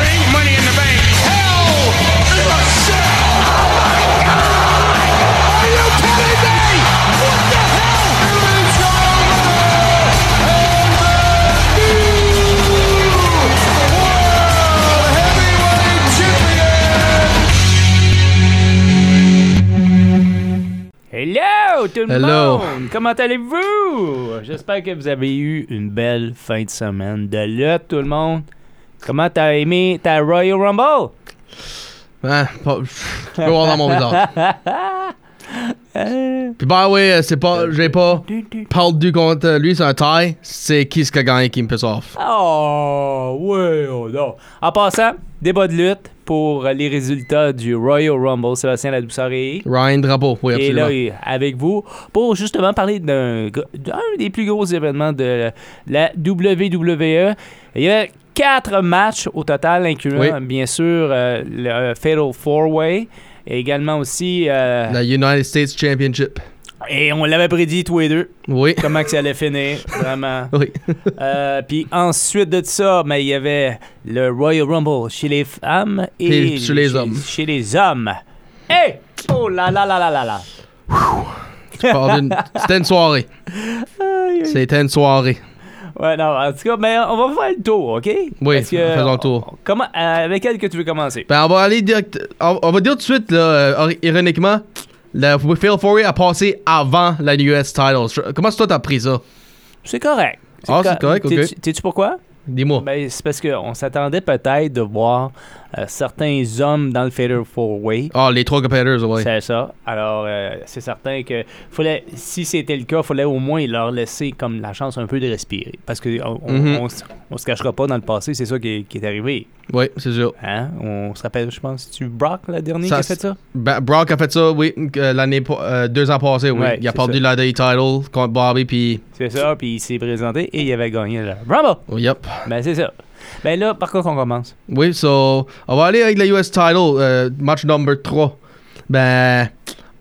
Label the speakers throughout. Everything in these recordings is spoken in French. Speaker 1: Ring, Money in the Bank. Hell in a Cell. Are you kidding me? What the hell?
Speaker 2: Hello tout le
Speaker 3: Hello.
Speaker 2: monde! Comment allez-vous? J'espère que vous avez eu une belle fin de semaine de lutte tout le monde. Comment t'as aimé ta Royal Rumble?
Speaker 3: Hein, pas- pff, je peux voir dans mon visage. Puis bah oui, euh, c'est pas, j'ai pas Paul du contre euh, lui, c'est un tie. C'est qui ce qui a gagné qui me pisse off.
Speaker 2: Oh, ouais, oh non. En passant, débat de lutte pour euh, les résultats du Royal Rumble, Sébastien Ladoucerie.
Speaker 3: Ryan Drapeau, oui
Speaker 2: Et là, il
Speaker 3: absolument.
Speaker 2: est avec vous pour justement parler d'un gr- d'un des plus gros événements de la WWE. Il y a quatre matchs au total, incluant
Speaker 3: Oui.
Speaker 2: bien sûr euh, le euh, Fatal Four Way et également aussi. euh,
Speaker 3: La United States Championship.
Speaker 2: et on l'avait prédit tous les deux
Speaker 3: Oui,
Speaker 2: comment que ça allait finir, vraiment.
Speaker 3: oui.
Speaker 2: Euh, Puis ensuite de ça, mais il y avait le Royal Rumble chez les femmes et
Speaker 3: Puis sur les
Speaker 2: chez-
Speaker 3: hommes.
Speaker 2: Chez les hommes. Hey! Oh là là là là là là!
Speaker 3: Tu parles d'une- C'était une soirée. C'était une soirée.
Speaker 2: Ouais, non, en tout cas, mais on va faire le tour, OK?
Speaker 3: Oui,
Speaker 2: Parce
Speaker 3: faisons le tour.
Speaker 2: Comment, euh, avec elle que tu veux commencer?
Speaker 3: Ben on va aller direct. On, on va dire tout de suite là, euh, or- ironiquement, la Phil Forey a passé avant la US Titles. Je- Comment est-ce que toi t'as pris ça?
Speaker 2: C'est correct.
Speaker 3: Ah, c'est correct, OK. Oh.
Speaker 2: T'es-tu- T'es-tu pourquoi?
Speaker 3: Dis-moi.
Speaker 2: Ben, c'est parce qu'on s'attendait peut-être de voir euh, certains hommes dans le Fatal Four Way.
Speaker 3: Ah, les trois competitors, ouais.
Speaker 2: C'est ça. Alors, euh, c'est certain que fallait, si c'était le cas, fallait au moins leur laisser comme la chance un peu de respirer. Parce que on, on-
Speaker 3: Mhm.
Speaker 2: on s- on se cachera pas dans le passé, c'est ça qui est, qui est arrivé.
Speaker 3: Oui, c'est sûr.
Speaker 2: Hein? On se rappelle, je pense, tu Brock, la dernière,
Speaker 3: Ça,
Speaker 2: qui a fait ça?
Speaker 3: Ben, Brock a fait ça, oui, euh, l'année, pa- euh, deux ans passés, oui.
Speaker 2: Ouais,
Speaker 3: il a
Speaker 2: c'est
Speaker 3: perdu la Day Title contre Bobby, puis.
Speaker 2: C'est ça, puis il s'est présenté et il avait gagné le Rumble.
Speaker 3: oh, yep.
Speaker 2: Ben, c'est ça. Ben là, par quoi qu'on commence?
Speaker 3: Oui, so. On va aller avec la US Title, euh, match number 3. Ben.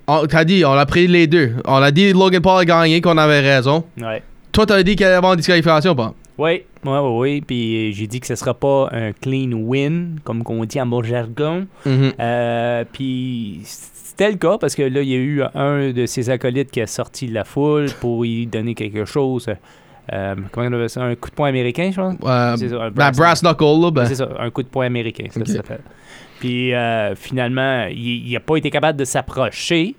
Speaker 3: On, t'as dit, on a pris les deux. On a dit Logan Paul a gagné, qu'on avait raison.
Speaker 2: Ouais.
Speaker 3: Toi, t'as dit qu'il allait avoir une disqualification, pas
Speaker 2: Oui, oui, oui, oui. Puis euh, j'ai dit que ce sera pas un clean win, comme qu'on dit en bon jargon.
Speaker 3: Mhm.
Speaker 2: Euh, puis c'était le cas parce que là, il y a eu un de ses acolytes qui a sorti de la foule pour y donner quelque chose. Euh, comment on appelle ça? Un coup de poing américain, je pense?
Speaker 3: Euh,
Speaker 2: C'est ça, un
Speaker 3: ben, brass knuckle, là, ben.
Speaker 2: C'est ça, un coup de poing américain, c'est ça que
Speaker 3: Ok.
Speaker 2: ça s'appelle. Puis euh, finalement, il n'a pas été capable de s'approcher.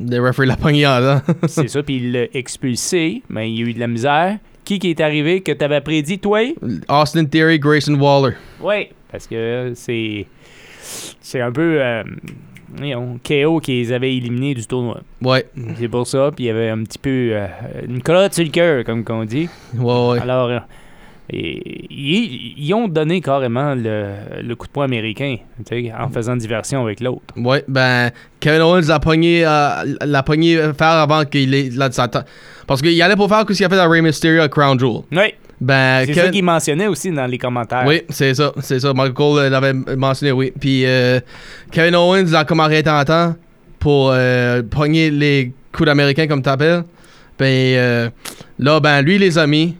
Speaker 3: Le referee l'a pogné en dedans.
Speaker 2: C'est ça, puis il l'a expulsé, mais il y a eu de la misère. Qui qui est arrivé que t'avais prédit, toi?
Speaker 3: Austin Theory, Grayson Waller.
Speaker 2: Oui. Parce que c'est. C'est un peu. euh, voyons, KO qui les avait éliminés du tournoi.
Speaker 3: Ouais,
Speaker 2: C'est pour ça, puis il y avait un petit peu. euh, une calotte sur le cœur, comme qu'on dit.
Speaker 3: ouais, ouais.
Speaker 2: Alors. euh, et- Ils ils ont donné carrément le, le coup de poing américain, tu sais, en faisant diversion avec l'autre.
Speaker 3: Ouais, ben, Kevin Owens l'a pogné, euh, l'a pogné faire avant qu'il ait là, de sa ta- Parce qu'il allait pour faire ce qu'il a fait à Rey Mysterio à Crown Jewel.
Speaker 2: Oui,
Speaker 3: Ben,
Speaker 2: c'est
Speaker 3: Kevin-
Speaker 2: ça qu'ils mentionnaient aussi dans les commentaires.
Speaker 3: Oui, c'est ça, c'est ça. Michael Cole euh, l'avait mentionné, oui. Puis euh, Kevin Owens l'a comme arrêté en temps pour euh, pogner les coups d'américain, comme t'appelles. Ben, euh, là, ben, lui, les amis,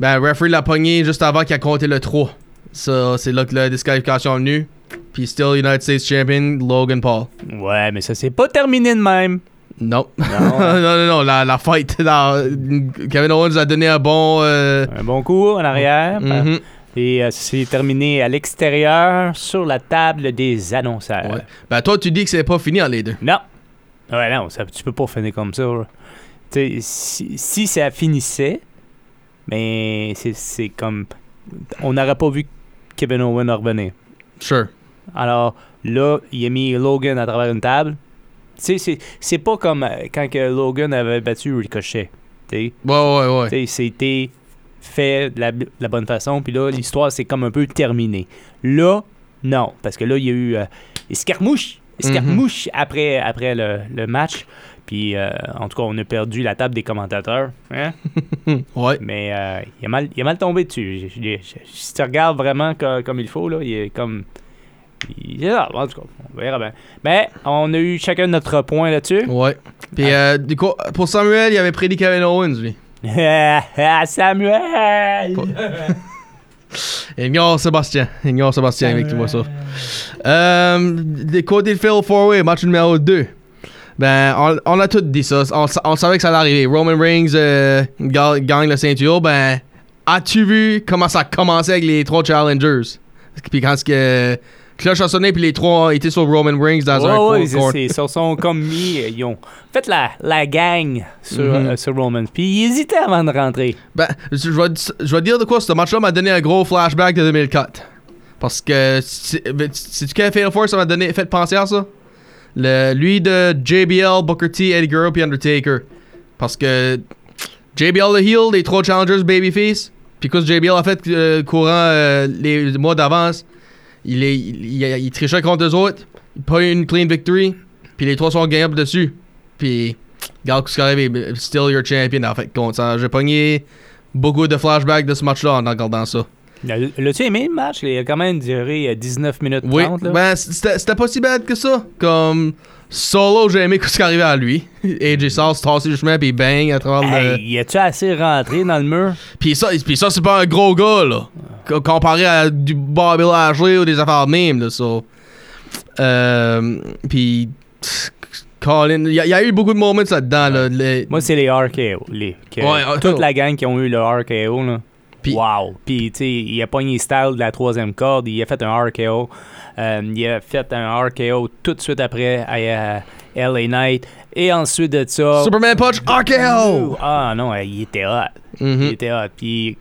Speaker 3: ben, le referee l'a pogné juste avant qu'il a compté le 3. Ça, c'est là que la disqualification est venue. Puis, still United States Champion, Logan Paul.
Speaker 2: Ouais, mais ça s'est pas terminé de même.
Speaker 3: Non.
Speaker 2: Non.
Speaker 3: non, non, non, la, la fight. la- Kevin Owens a donné un bon. euh,
Speaker 2: un bon coup en arrière.
Speaker 3: mhm,
Speaker 2: Et euh, c'est terminé à l'extérieur sur la table des annonceurs.
Speaker 3: ouais. Ben, toi, tu dis que c'est pas fini en les deux.
Speaker 2: Non. Ouais, non, ça, tu peux pas finir comme ça. là. Tu sais, si, si ça finissait, mais c'est- c'est comme. On n'aurait pas vu Kevin Owen revenir.
Speaker 3: Sure.
Speaker 2: Alors là, il a mis Logan à travers une table. Tu sais, c'est- c'est pas comme euh, quand que Logan avait battu Ricochet. Tu sais,
Speaker 3: Ouais, ouais, ouais.
Speaker 2: Tu sais, C'était fait de la, de la bonne façon. Puis là, l'histoire, c'est comme un peu terminée. Là, non. Parce que là, il y a eu euh, escarmouche. Escarmouche après, après le, le match. Puis, euh, en tout cas, on a perdu la table des commentateurs. Hein?
Speaker 3: Ouais.
Speaker 2: Mais euh, il, a mal, il a mal tombé dessus. Je- je- je- si tu regardes vraiment co- comme, il faut, là, il est comme. Il est là. En tout cas, on verra bien. Mais on a eu chacun notre point là-dessus.
Speaker 3: Ouais. Puis euh, du coup, pour Samuel, il avait prédit Kevin Owens, lui.
Speaker 2: Samuel!
Speaker 3: Ignore Sébastien. Ignore Sébastien avec qui voit ça. Euh, des côtés de Phil Fourway, match numéro 2. Ben, on, on a tout dit ça. On, sa- on savait que ça allait arriver. Roman Reigns euh, ga- gagne la ceinture. Ben, as-tu vu comment ça a commencé avec les trois challengers? Puis quand ce que cloche a sonné, puis les trois étaient sur Roman Reigns dans
Speaker 2: Ouais,
Speaker 3: un
Speaker 2: ouais,
Speaker 3: court
Speaker 2: c'est-
Speaker 3: corner.
Speaker 2: c'est- ils se sont comme mis, euh, ils ont fait la, la gang sur,
Speaker 3: Mhm.
Speaker 2: euh, sur Roman. Puis ils hésitaient avant de rentrer.
Speaker 3: Ben, je je vais, je vais dire de quoi ce match-là m'a donné un gros flashback de 2004. Parce que, c'est- ben, sais-tu quel Fatal Force ça m'a donné, fait penser à ça? Le, lui de JBL, Booker T, Eddie Guerrero puis Undertaker. Parce que JBL the heel, les trois challengers Babyface. Puis quoi, ce JBL a fait euh, courant euh, les mois d'avance, il, est- il, il- il trichait contre eux autres. Pas eu une clean victory. Puis les trois sont gagnables dessus. Puis, regarde ce qui est arrivé. mais Still your champion, en fait. compte. Ça, J'ai pogné beaucoup de flashbacks de ce match-là en regardant ça.
Speaker 2: L'as-tu aimé le match? Il a quand même duré euh, 19 minutes
Speaker 3: Oui,
Speaker 2: 30. là.
Speaker 3: ben c'était c'était pas si bad que ça. Comme Solo, j'ai aimé ce qui arrivait à lui. AJ Styles tassé le chemin puis bang à travers
Speaker 2: Hey,
Speaker 3: le...
Speaker 2: y a-tu assez rentré dans le mur?
Speaker 3: Puis ça, puis ça c'est pas un gros gars là.
Speaker 2: Ah.
Speaker 3: Co- Comparé à du Bobby Lashley ou des affaires de même là. So. Euh, puis tch, Colin, il y, a- y a eu beaucoup de moments là-dedans là. les-
Speaker 2: Moi, c'est les RKO. Les, que-
Speaker 3: Ouais, oh.
Speaker 2: toute la gang qui ont eu le RKO. Là.
Speaker 3: Puis-
Speaker 2: wow! Puis, tu sais, il a pogné Style de la troisième corde. Il a fait un RKO. Euh, il a fait un RKO tout de suite après à, euh, LA Knight. Et ensuite de ça.
Speaker 3: Superman Punch, RKO.
Speaker 2: Ah non, euh, il était hot.
Speaker 3: Mhm.
Speaker 2: Il était hot. Puis.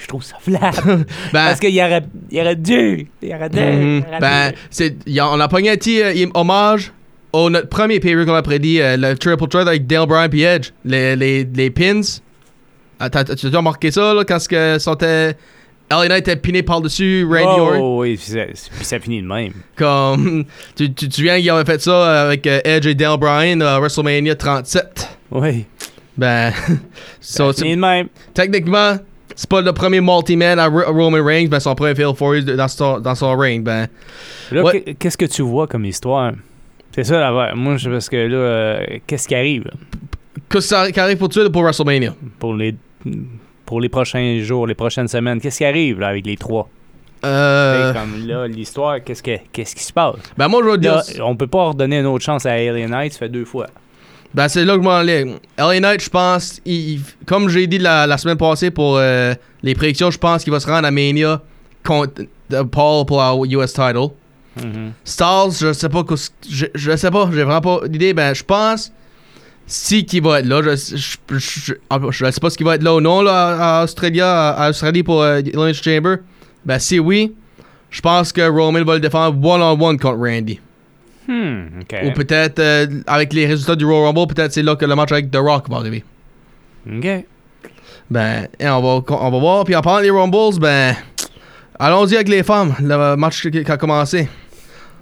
Speaker 2: Je trouve ça flat.
Speaker 3: Ben,
Speaker 2: Parce qu'il aurait, il aurait dû. Il aurait dû.
Speaker 3: Mhm.
Speaker 2: il aurait
Speaker 3: Ben,
Speaker 2: dû.
Speaker 3: c'est, y a- on a pogné un petit euh, im- hommage au notre premier pay qu'on a prédit, euh, le Triple Threat avec Dale Bryan et Edge. Les, les, les pins. Ah, t'as- t'as- Tu as remarqué ça, là, quand ce que sortait. LA Knight était piné par-dessus Randy
Speaker 2: Oh,
Speaker 3: Orton.
Speaker 2: oui, puis ça, puis ça finit de même.
Speaker 3: Comme, tu, tu te souviens qu'ils avaient fait ça avec euh, Edge et Dale Bryan à WrestleMania 37.
Speaker 2: Oui.
Speaker 3: Ben, so, c'est-
Speaker 2: Finit de même.
Speaker 3: techniquement, c'est pas le premier multi-man à, Ro- à Roman Reigns, ben son premier fail for dans son, dans son ring. Ben,
Speaker 2: Là,
Speaker 3: Ouais.
Speaker 2: qu- qu'est-ce que tu vois comme histoire? C'est ça l'affaire. Moi, je parce que là, euh, qu'est-ce qui arrive
Speaker 3: qu'est-ce qui arrive pour tuer pour WrestleMania?
Speaker 2: pour les pour les prochains jours, les prochaines semaines? Qu'est-ce qui arrive là avec les trois?
Speaker 3: Euh,
Speaker 2: T'sais, Comme là, l'histoire, qu'est-ce que qu'est-ce qui se passe?
Speaker 3: ben moi je vais dire,
Speaker 2: Là, on peut pas redonner une autre chance à Alien Knight, ça fait deux fois.
Speaker 3: ben c'est là que je m'en allais. LA Knight, je pense, il- il- comme j'ai dit la, la semaine passée pour euh, les prédictions, je pense qu'il va se rendre à Mania contre euh, Paul pour la US title.
Speaker 2: Mhm.
Speaker 3: Stars, je sais pas, qu'est-ce- je, je sais pas, j'ai vraiment pas d'idée. Ben je pense si qu'il va être là, je, je, je, je- ah, je sais pas ce qu'il va être là ou non là à, à Australia, à, à Australie pour euh, Elimination Chamber. Ben si oui, je pense que Roman va le défendre one on one contre Randy.
Speaker 2: Hmm, ok.
Speaker 3: Ou peut-être, euh, avec les résultats du Royal Rumble, peut-être c'est là que le match avec The Rock va arriver.
Speaker 2: Ok.
Speaker 3: Ben, et on, va, on va voir. Puis en parlant des Rumbles, ben, allons-y avec les femmes. Le match qui, qui a commencé.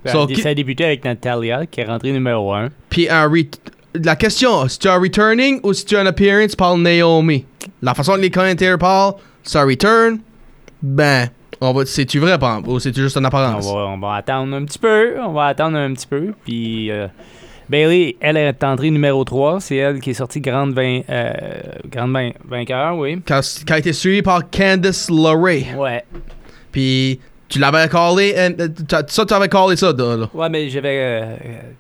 Speaker 3: So, qui-
Speaker 2: ça a débuté Ben, avec Natalia, qui est rentrée numéro un.
Speaker 3: Puis un re- la question, si tu as un returning ou si tu as un appearance, parle Naomi. La façon que les commentateurs parlent, c'est un return. Ben, on va, c'est-tu vrai, par exemple, ou c'est-tu juste une
Speaker 2: On
Speaker 3: apparence?
Speaker 2: va, on va attendre un petit peu. On va attendre un petit peu. Puis euh, Bailey, elle est entrée numéro 3. C'est elle qui est sortie grande, vain- euh, grande vain- vainqueur, oui.
Speaker 3: Qui a, qui a été suivi par Candice LeRae.
Speaker 2: Ouais.
Speaker 3: Puis tu l'avais callé, and- t'as- ça tu avais callé ça, là. là.
Speaker 2: Ouais, mais j'avais. euh, euh,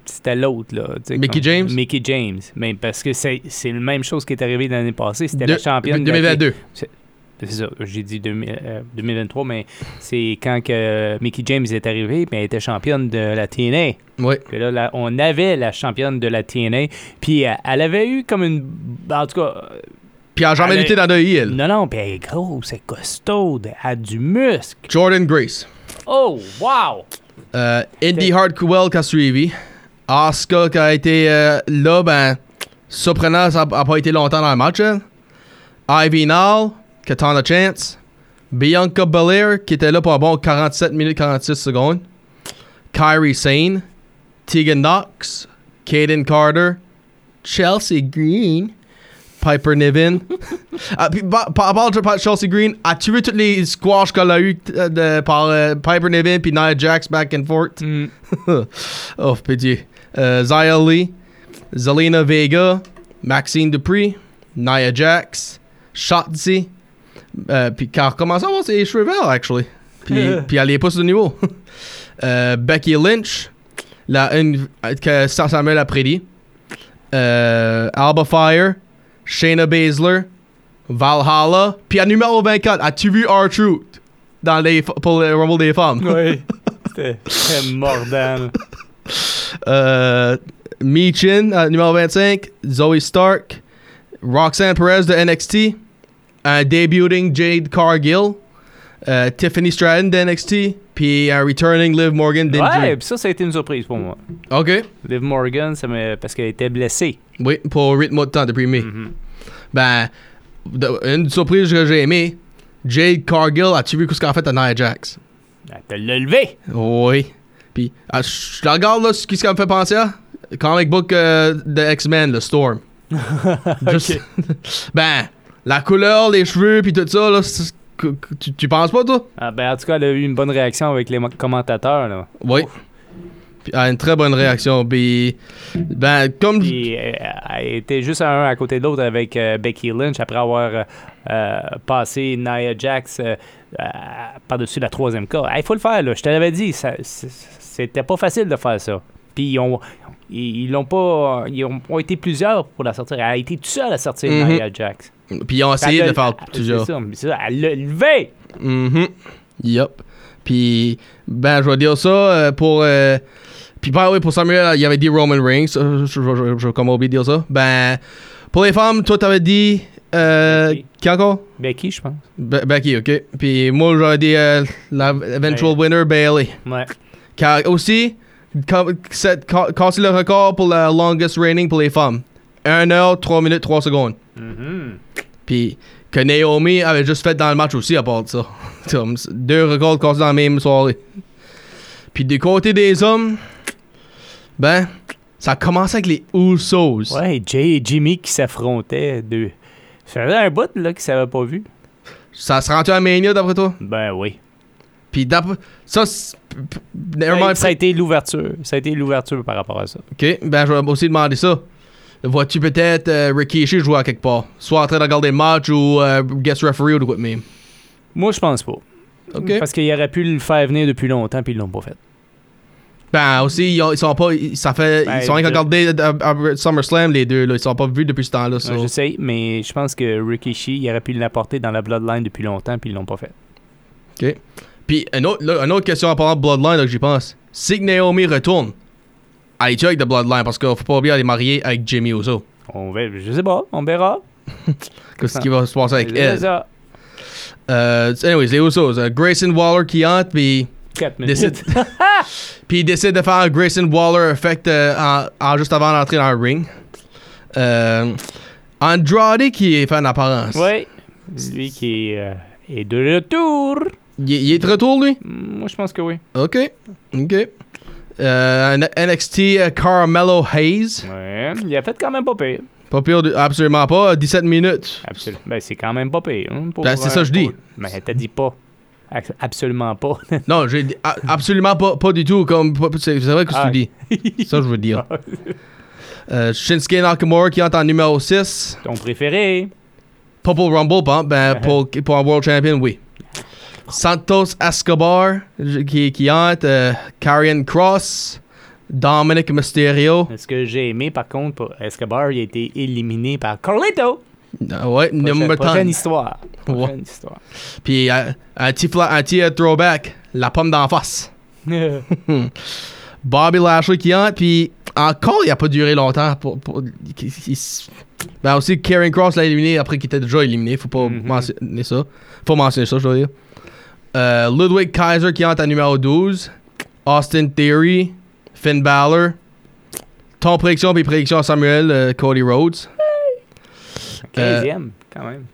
Speaker 2: C'était l'autre, là. tu sais,
Speaker 3: Mickey
Speaker 2: comme-
Speaker 3: James?
Speaker 2: Mickey James. Mais parce que c'est c'est la même chose qui est arrivée l'année passée. C'était
Speaker 3: De-
Speaker 2: la championne. de la-
Speaker 3: 2022.
Speaker 2: Euh, C'est ça, j'ai dit 2000, euh, 2023, mais c'est quand que euh, Mickey James est arrivé, puis elle était championne de la TNA.
Speaker 3: Oui.
Speaker 2: Que là, la- on avait la championne de la TNA. Puis euh, elle avait eu comme une. En tout cas, euh,
Speaker 3: Puis elle a jamais
Speaker 2: Allez.
Speaker 3: lutté dans l'EI, elle.
Speaker 2: non, non, puis elle est grosse, elle est costaude, elle a du muscle.
Speaker 3: Jordan Grace.
Speaker 2: Oh, wow!
Speaker 3: Euh, Indy
Speaker 2: T'es-
Speaker 3: Hardwell qui a suivi. Asuka qui a été euh, là, ben, surprenant, ça n'a pas été longtemps dans le match. elle. Ivy Nall qui a tant de chance. Bianca Belair qui était là pour un bon 47 minutes 46 secondes. Kyrie Sane. Tegan Knox. Kaden Carter. Chelsea Green. Piper Niven. Ah, puis, par par rapport à par- Chelsea Green, a tué toutes les squash qu'elle a eu euh, de- par euh, Piper Niven puis Nia Jax back and forth.
Speaker 2: Mm.
Speaker 3: Oh, pitié. Euh, Zia Lee, Zelena Vega, Maxine Dupree, Nia Jax, Shotzi. Euh, puis quand elle recommence à avoir ses cheveux verts, actually. Puis, puis elle les pousse de nouveau. Euh, Becky Lynch, la, une, que Sarah Samuel a prédit. Euh, Alba Fire, Shayna Baszler, Valhalla. Puis à numéro 24, as-tu vu R-Truth dans les, pour le Rumble des femmes?
Speaker 2: Oui. C'était très mordant. là.
Speaker 3: Euh, Mi Chin, à numéro 25. Zoe Stark. Roxanne Perez de NXT. Un uh, debuting Jade Cargill. euh, Tiffany Stratton de NXT. Puis un returning Liv Morgan
Speaker 2: Ouais,
Speaker 3: d'Injury.
Speaker 2: puis ça, ça a été une surprise pour moi.
Speaker 3: OK.
Speaker 2: Liv Morgan, ça m'a- parce qu'elle était blessée.
Speaker 3: Oui, pour rythme de temps depuis mai.
Speaker 2: Mhm.
Speaker 3: Ben, de- une surprise que j'ai aimée. Jade Cargill a-tu vu ce qu'elle a fait à Nia Jax?
Speaker 2: Elle te l'a levé.
Speaker 3: Oui. Puis, ah, je je regarde là ce qui ce qui me fait penser à comic book euh, de X-Men, le Storm. Juste- ben, la couleur, les cheveux, puis tout ça, là, c'est- que- que- tu, tu penses pas, toi?
Speaker 2: Ah, ben, en tout cas, elle a eu une bonne réaction avec les mo- commentateurs. Là.
Speaker 3: Oui. Puis, elle a une très bonne réaction. Puis, ben, comme.
Speaker 2: Puis euh, elle était juste à un à côté de l'autre avec euh, Becky Lynch après avoir euh, euh, passé Nia Jax euh, à- par-dessus la troisième corde. Il faut le faire, là. Je te l'avais dit, ça- c- c'était pas facile de faire ça. Puis ils ont. Ils ils l'ont pas. Ils ont, ont été plusieurs pour la sortir. Elle a été toute seule à sortir
Speaker 3: Mhm.
Speaker 2: Nia Jax.
Speaker 3: Puis, ils ont essayé de faire
Speaker 2: C'est
Speaker 3: plusieurs.
Speaker 2: ça, mais c'est ça, Elle l'a levé!
Speaker 3: Mhm. Yup. Puis, ben, je vais dire ça euh, pour. euh, puis, by the way, pour Samuel, il y avait dit Roman Reigns. Euh, Je je- je- je vais comme oublier de dire ça. Ben, pour les femmes, toi, t'avais dit. Euh,
Speaker 2: Becky.
Speaker 3: qui encore
Speaker 2: Becky, je pense.
Speaker 3: Be- Becky, ok. Puis, moi, j'aurais dit euh, la eventual winner, Bailey.
Speaker 2: Ouais.
Speaker 3: Qui a aussi ca- set- ca- cassé le record pour la longest reigning pour les femmes. 1 heure, 3 minutes, 3 secondes.
Speaker 2: Mhm.
Speaker 3: Puis que Naomi avait juste fait dans le match aussi à part de ça. Comme c- Deux records cassés dans la même soirée. Puis du côté des hommes, ben, ça a commencé avec les Usos.
Speaker 2: Ouais, Jay et Jimmy qui s'affrontaient. Deux. Ça faisait un bout, là, qu'ils s'avaient pas vu.
Speaker 3: Ça se rendu à Mania d'après toi?
Speaker 2: Ben oui.
Speaker 3: Puis d'après. Ça, c'est- p- p- nevermind,
Speaker 2: Ouais, Ben, ça a été l'ouverture. Ça a été l'ouverture par rapport à ça.
Speaker 3: Ok, ben je vais aussi demander ça. Vois-tu peut-être euh, Rikishi jouer à quelque part? Soit en train de regarder le match ou euh, guest referee ou de quoi de même.
Speaker 2: Moi, je pense pas.
Speaker 3: Ok.
Speaker 2: Parce qu'il aurait pu le faire venir depuis longtemps, puis ils l'ont pas fait.
Speaker 3: Ben aussi, ils, ont- ils sont pas. ils- ça fait,
Speaker 2: Ben,
Speaker 3: ils sont rien
Speaker 2: je-
Speaker 3: qu'à regarder à, à- à euh, SummerSlam, les deux. Là. Ils sont pas vus depuis ce temps-là. so.
Speaker 2: Ouais, je sais, mais je pense que Rikishi, il aurait pu l'apporter dans la Bloodline depuis longtemps, puis ils l'ont pas fait.
Speaker 3: Puis une autre, là, une autre question en parlant de Bloodline, là, que j'y pense. Si que Naomi retourne, allez tu avec de Bloodline parce qu'il faut pas oublier elle est mariée avec Jimmy Uso.
Speaker 2: On va, je sais pas, on verra. Ah.
Speaker 3: Qu'est-ce qui va se passer avec
Speaker 2: C'est
Speaker 3: elle?
Speaker 2: ça.
Speaker 3: Euh, anyways, les Usos. euh, Grayson Waller qui entre, puis.
Speaker 2: Quatre minutes.
Speaker 3: décide. puis il décide de faire un Grayson Waller effect euh, en, en- juste avant d'entrer dans le ring. Euh, Andrade qui est fait en apparence.
Speaker 2: Ouais. Lui qui est, euh, est de retour.
Speaker 3: Il, il est de retour lui.
Speaker 2: Moi, je pense que oui.
Speaker 3: Ok. Ok. Euh, N- NXT euh, Carmelo Hayes.
Speaker 2: Ouais. Il a fait quand même pas pire.
Speaker 3: Pas pire, du- absolument pas. 17 minutes.
Speaker 2: Absolument. Ben, c'est quand même pas pire. hein, pour
Speaker 3: Ben, c'est
Speaker 2: un-
Speaker 3: ça que je
Speaker 2: pour-
Speaker 3: dis.
Speaker 2: Mais t'as dit pas. Ac- Absolument pas.
Speaker 3: Non, j'ai dit a- absolument pas, pas du tout. Comme pas- c'est c'est vrai que
Speaker 2: Ah.
Speaker 3: tu dis. Ça je veux dire. Euh, Shinsuke Nakamura qui entre en numéro 6.
Speaker 2: Ton préféré.
Speaker 3: Pas pour Rumble, par exemple,
Speaker 2: Uh-huh.
Speaker 3: ben, pour, pour un World Champion, oui. Santos Escobar je- qui, qui entre. euh, Karrion Cross. Dominic Mysterio.
Speaker 2: Euh, Ce que j'ai aimé, par contre, pour Escobar, il a été éliminé par Carlito.
Speaker 3: Ah ouais,
Speaker 2: Prochaine,
Speaker 3: numéro 10.
Speaker 2: prochaine histoire. Prochaine histoire.
Speaker 3: Puis euh, un petit fla- un petit, euh, throwback, la pomme d'en face.
Speaker 2: ouais,
Speaker 3: Bobby Lashley qui entre, puis encore, il a pas duré longtemps. Pour, pour- il- il- ben aussi, Karen Cross l'a éliminé après qu'il était déjà éliminé. Faut pas
Speaker 2: Mhm.
Speaker 3: mentionner ça. Faut mentionner ça, je dois dire. Euh, Ludwig Kaiser qui entre à numéro 12. Austin Theory. Finn Balor. Ton prédiction, puis prédiction à Samuel, euh, Cody Rhodes.
Speaker 2: 15e, quand même.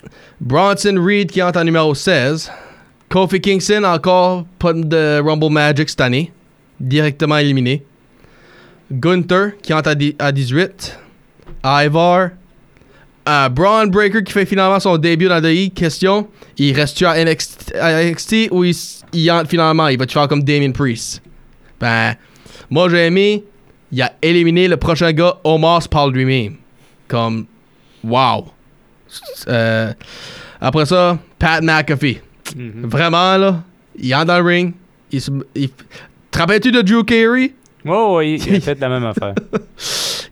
Speaker 3: Bronson Reed qui entre en numéro 16. Kofi Kingston encore pas de Rumble Magic cette année. Directement éliminé. Gunther qui entre à, dix- à 18. Ivar. Euh, Braun Breaker qui fait finalement son début dans DI. Question il reste-tu à NXT, à NXT ou il, s- il entre finalement Il va-tu faire comme Damien Priest Ben, moi j'ai aimé. Il a éliminé le prochain gars. Omar se parle lui-même. Comme, wow. Euh, après ça, Pat McAfee.
Speaker 2: Mhm.
Speaker 3: Vraiment, là, il entre dans le ring. Il se, il- te rappelles-tu de Drew Carey?
Speaker 2: Oh, oui, il a fait la même affaire.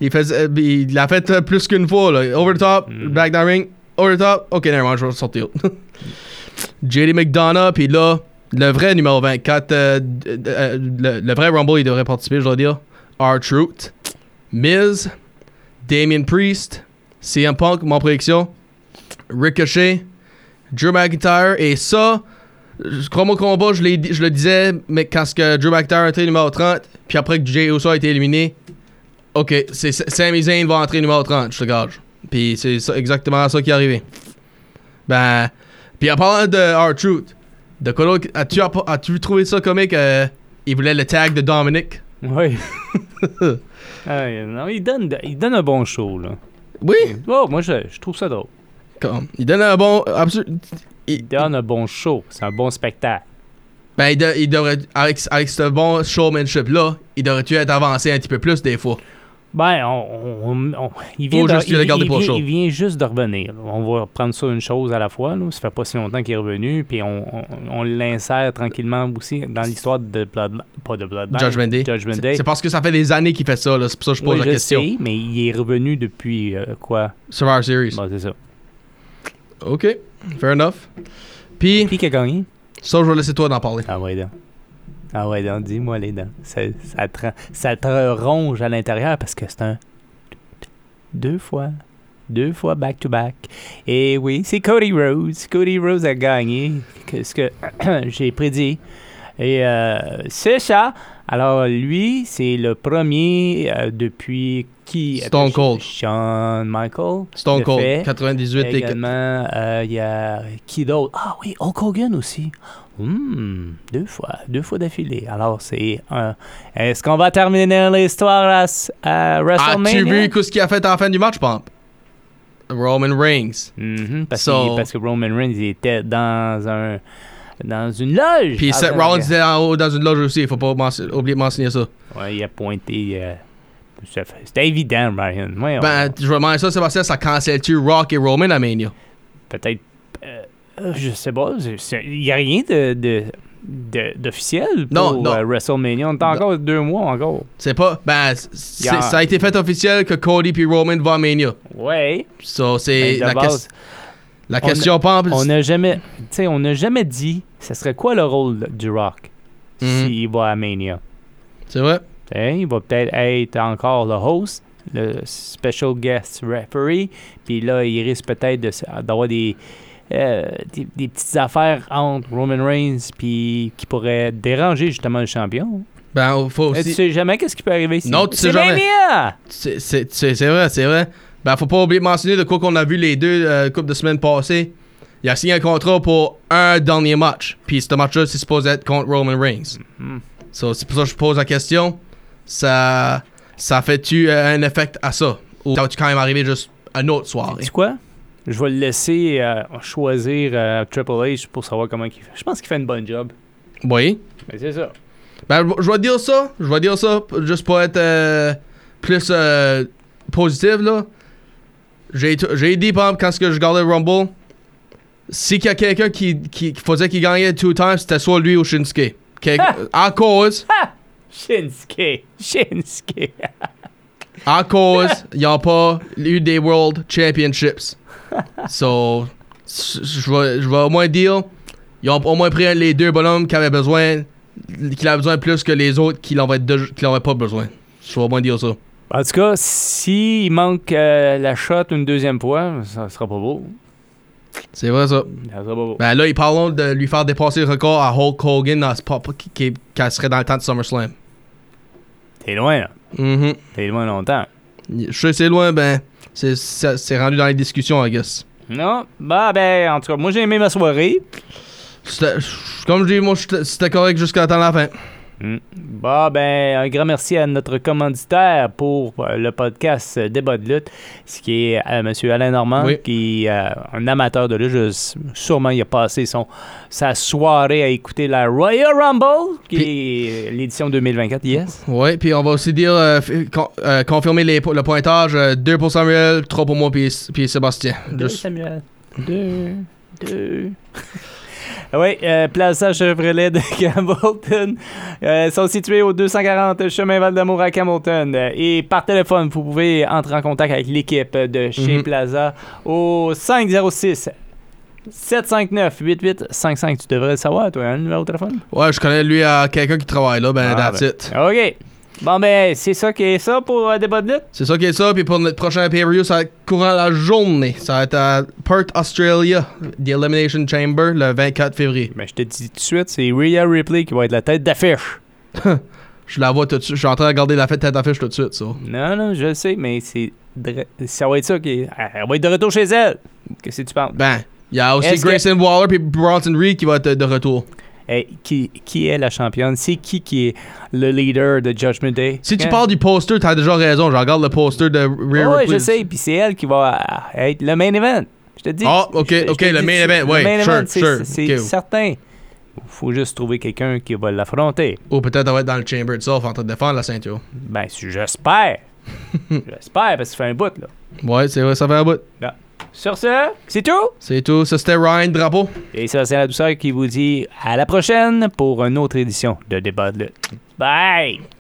Speaker 3: Il, faisait- il l'a fait euh, plus qu'une fois. Là. Over the top,
Speaker 2: Mm.
Speaker 3: back down ring, over the top. Ok, nevermind, je vais sortir. JD McDonough, puis là, le vrai numéro 24, euh, d- d- euh, le, le vrai Rumble, il devrait participer, je dois dire. R-Truth, Miz, Damien Priest, CM Punk, mon prédiction, Ricochet, Drew McIntyre, et ça, je crois mon combat, je, l'ai dit- je le disais, mais quand ce que Drew McIntyre a été numéro 30, puis après que Jay Uso a été éliminé, Ok, c'est Sa- Sami Zayn va entrer numéro 30, je te gage. Puis c'est ça- exactement ça qui est arrivé. Ben, puis en parlant de R-Truth, de quoi d'autre- as-tu app- as-tu trouvé ça comique? euh, il voulait le tag de Dominic.
Speaker 2: Oui. Ah, non, il donne, de- il donne un bon show, là.
Speaker 3: Oui,
Speaker 2: Oh, moi, je, je trouve ça drôle.
Speaker 3: comme, il donne un bon... absolu- il-
Speaker 2: Il donne un bon show. C'est un bon spectacle.
Speaker 3: ben, il, de- il devrait, avec, avec ce bon showmanship-là, il devrait-tu être avancé un petit peu plus des fois?
Speaker 2: Ben, on, on- on- il, vient
Speaker 3: Faut
Speaker 2: de,
Speaker 3: juste
Speaker 2: il,
Speaker 3: le garder
Speaker 2: il
Speaker 3: pour le
Speaker 2: vient,
Speaker 3: show.
Speaker 2: il vient juste de revenir. On va prendre ça une chose à la fois. Là. Ça fait pas si longtemps qu'il est revenu. Puis on, on, on l'insère tranquillement aussi dans l'histoire de Bloodline. Pas de Bloodline.
Speaker 3: Judgment Day.
Speaker 2: Ben, Judgment
Speaker 3: C'est-
Speaker 2: Day.
Speaker 3: C'est parce que ça fait des années qu'il fait ça, là, c'est pour ça que je pose
Speaker 2: Oui,
Speaker 3: la
Speaker 2: je
Speaker 3: question.
Speaker 2: sais, mais il est revenu depuis euh, quoi?
Speaker 3: Survivor Series.
Speaker 2: Bon, c'est ça.
Speaker 3: Ok, fair enough. Puis,
Speaker 2: Qui qui a gagné?
Speaker 3: ça, je vais laisser toi d'en parler.
Speaker 2: Ah ouais, donc. Ah ouais, donc, dis-moi les dents. Ça, ça, te, rend- ça te ronge à l'intérieur parce que c'est un... Deux fois. Deux fois back-to-back. Et oui, c'est Cody Rhodes. Cody Rhodes a gagné. Que- Ce que j'ai prédit. Et euh, c'est ça. Alors, lui, c'est le premier euh, depuis qui...
Speaker 3: Stone Cold.
Speaker 2: Shawn Michael.
Speaker 3: Stone
Speaker 2: Le
Speaker 3: Cold,
Speaker 2: fait
Speaker 3: 98 et
Speaker 2: Également, euh, il y a qui d'autre? Ah oui, Hulk Hogan aussi. Hmm, deux fois, deux fois d'affilée. Alors, c'est un. Est-ce qu'on va terminer l'histoire à, s- à WrestleMania?
Speaker 3: As-tu vu que ce qu'il a fait en fin du match, Pomp? Roman Reigns.
Speaker 2: Mhm, parce,
Speaker 3: So-
Speaker 2: qu'il- parce que Roman Reigns il était dans un dans une loge.
Speaker 3: Puis
Speaker 2: Ah,
Speaker 3: Seth
Speaker 2: dans-
Speaker 3: Rollins était en haut dans une loge aussi, il faut pas mention- oublier de mentionner ça.
Speaker 2: Ouais, il a pointé. euh, ça fait- C'était évident, Brian. Ouais, on-
Speaker 3: Ben, je vais demander ça, Sébastien, ça cancelle-tu Rock et Roman à Mania?
Speaker 2: peut-être. euh, euh, je sais pas. c'est- c'est- Il n'y a rien de, de, de- d'officiel pour
Speaker 3: Non, non.
Speaker 2: euh, WrestleMania. On est
Speaker 3: Non.
Speaker 2: encore deux mois encore.
Speaker 3: C'est pas. Ben, c'est-
Speaker 2: Yeah.
Speaker 3: ça a été fait officiel que Cody puis Roman vont à Mania.
Speaker 2: Ouais.
Speaker 3: So, c'est
Speaker 2: mais Ben, de
Speaker 3: la, ques-
Speaker 2: base,
Speaker 3: la
Speaker 2: on-
Speaker 3: question, Pomp.
Speaker 2: on n'a jamais, tu sais, on n'a jamais dit, ce serait quoi le rôle du Rock
Speaker 3: Mhm.
Speaker 2: s'il va à Mania.
Speaker 3: C'est vrai?
Speaker 2: Tu sais, il va peut-être être encore le host, le special guest referee, puis là, il risque peut-être de s- d'avoir des, euh, des des petites affaires entre Roman Reigns puis qui pourraient déranger justement le champion.
Speaker 3: Ben, faut
Speaker 2: Mais tu
Speaker 3: aussi.
Speaker 2: sais jamais qu'est-ce qui peut arriver ici.
Speaker 3: Non, tu sais
Speaker 2: C'est
Speaker 3: jamais.
Speaker 2: Mania!
Speaker 3: C'est c'est- c'est- c'est vrai, c'est vrai. Ben, faut pas oublier de mentionner de quoi qu'on a vu les deux euh, coupes de semaines passées. Il a signé un contrat pour un dernier match. Puis ce match-là, c'est supposé être contre Roman Reigns.
Speaker 2: Mhm.
Speaker 3: So, c'est pour ça que je pose la question. Ça, ça fait-tu euh, un effect à ça? Ou ça va-tu quand même arriver juste un autre soirée?
Speaker 2: C'est quoi? Je vais le laisser euh, choisir euh, Triple H pour savoir comment il fait. Je pense qu'il fait une bonne job.
Speaker 3: Vous voyez?
Speaker 2: Mais c'est ça.
Speaker 3: Ben, je- je vais dire ça. Je vais dire ça p- juste pour être euh, plus euh, positif, là. J'ai t- j'ai dit, par exemple, quand ce que je gardais le Rumble, si qu'il y a quelqu'un qui, qui, qui faisait qu'il gagnait two times, c'était soit lui ou Shinsuke. Quel-
Speaker 2: Ah!
Speaker 3: En cause,
Speaker 2: Shinsuke. Shinsuke.
Speaker 3: en cause, ils n'ont pas eu des World Championships. So, s- je vais je vais au moins dire, ils ont au moins pris un- les deux bonhommes qui avaient besoin, qui avaient besoin plus que les autres qui n'en avaient dej- qui l'en avaient pas besoin. Je vais au moins dire ça.
Speaker 2: En tout cas, s'il manque euh, la shot une deuxième fois, ça sera pas beau.
Speaker 3: C'est vrai ça.
Speaker 2: Ça sera pas beau.
Speaker 3: Ben là, ils parlent de lui faire dépasser le record à Hulk Hogan dans ce pop qui, qui- qui serait dans le temps de SummerSlam.
Speaker 2: T'es loin, là.
Speaker 3: Mhm.
Speaker 2: T'es loin longtemps.
Speaker 3: Je sais, c'est loin, ben, c'est- c'est c'est rendu dans les discussions, I guess.
Speaker 2: Non? Bah, ben, en tout cas, moi, j'ai aimé ma soirée.
Speaker 3: C'était- Comme je dis, moi, j'étais- c'était correct jusqu'à la temps de la fin.
Speaker 2: Mm. Bah ben, un grand merci à notre commanditaire pour euh, le podcast euh, Débat de lutte, ce qui est euh, Monsieur Alain Normand,
Speaker 3: Oui.
Speaker 2: qui est euh, un amateur de lutte. Je- sûrement, il a passé son, sa soirée à écouter la Royal Rumble, qui est l'édition 2024. Yes.
Speaker 3: Oui, puis on va aussi dire euh, f- con- euh, confirmer les po- le pointage 2 pour Samuel, 3 pour moi, puis puis Sébastien.
Speaker 2: Deux,
Speaker 3: Juste.
Speaker 2: Samuel. Deux. Deux. oui, euh, Plaza Chevrolet de Campbellton. Euh, sont situés au 240 chemin Val d'Amour à Campbellton. Euh, Et par téléphone, vous pouvez entrer en contact avec l'équipe de chez
Speaker 3: Mhm.
Speaker 2: Plaza au 506 759 8855. Tu devrais le savoir, toi, hein, le numéro de téléphone?
Speaker 3: Ouais, je connais lui à quelqu'un qui travaille là, ben
Speaker 2: Ah,
Speaker 3: that's
Speaker 2: ben.
Speaker 3: it.
Speaker 2: OK. Bon, ben, c'est ça qui est ça pour euh, Débat de lutte.
Speaker 3: C'est ça qui est ça, puis pour notre prochain pay-per-view, ça va être courant la journée. Ça va être à Perth, Australia, The Elimination Chamber, le 24 février.
Speaker 2: Ben, je te dis tout de suite, c'est Rhea Ripley qui va être la tête d'affiche.
Speaker 3: Je la vois tout de suite, je suis en train de regarder la fête tête d'affiche tout de suite, ça.
Speaker 2: Non, non, je le sais, mais c'est. dra- Ça va être ça qui. Elle va être de retour chez elle. Qu'est-ce que tu penses?
Speaker 3: Ben, il y a aussi
Speaker 2: Est-ce que-
Speaker 3: Grayson Waller puis Bronson Reed qui va être de retour.
Speaker 2: Eh, qui, qui est la championne? C'est qui qui est le leader de Judgment Day?
Speaker 3: Si tu
Speaker 2: Hein?
Speaker 3: parles du poster, t'as déjà raison. Je regarde le poster de Rare
Speaker 2: Ouais,
Speaker 3: Ripley.
Speaker 2: je sais, puis c'est elle qui va euh, être le main event. Je te dis.
Speaker 3: Ah, ok,
Speaker 2: Je- je
Speaker 3: ok,
Speaker 2: te
Speaker 3: le
Speaker 2: dis,
Speaker 3: main
Speaker 2: c'est-
Speaker 3: event, ouais,
Speaker 2: Le main
Speaker 3: sure,
Speaker 2: event, c'est
Speaker 3: sure,
Speaker 2: c'est
Speaker 3: ok.
Speaker 2: certain. Faut juste trouver quelqu'un qui va l'affronter.
Speaker 3: Ou Oh, peut-être elle va être dans le chamber itself en train de défendre la ceinture.
Speaker 2: Ben, j'espère. j'espère, parce que ça fait un bout, là.
Speaker 3: Ouais, c'est vrai, ça fait un bout.
Speaker 2: Sur ce, c'est tout.
Speaker 3: C'est tout. Ça, c'était Ryan Drapeau.
Speaker 2: Et ça, c'est la douceur qui vous dit à la prochaine pour une autre édition de Débat de lutte. Bye!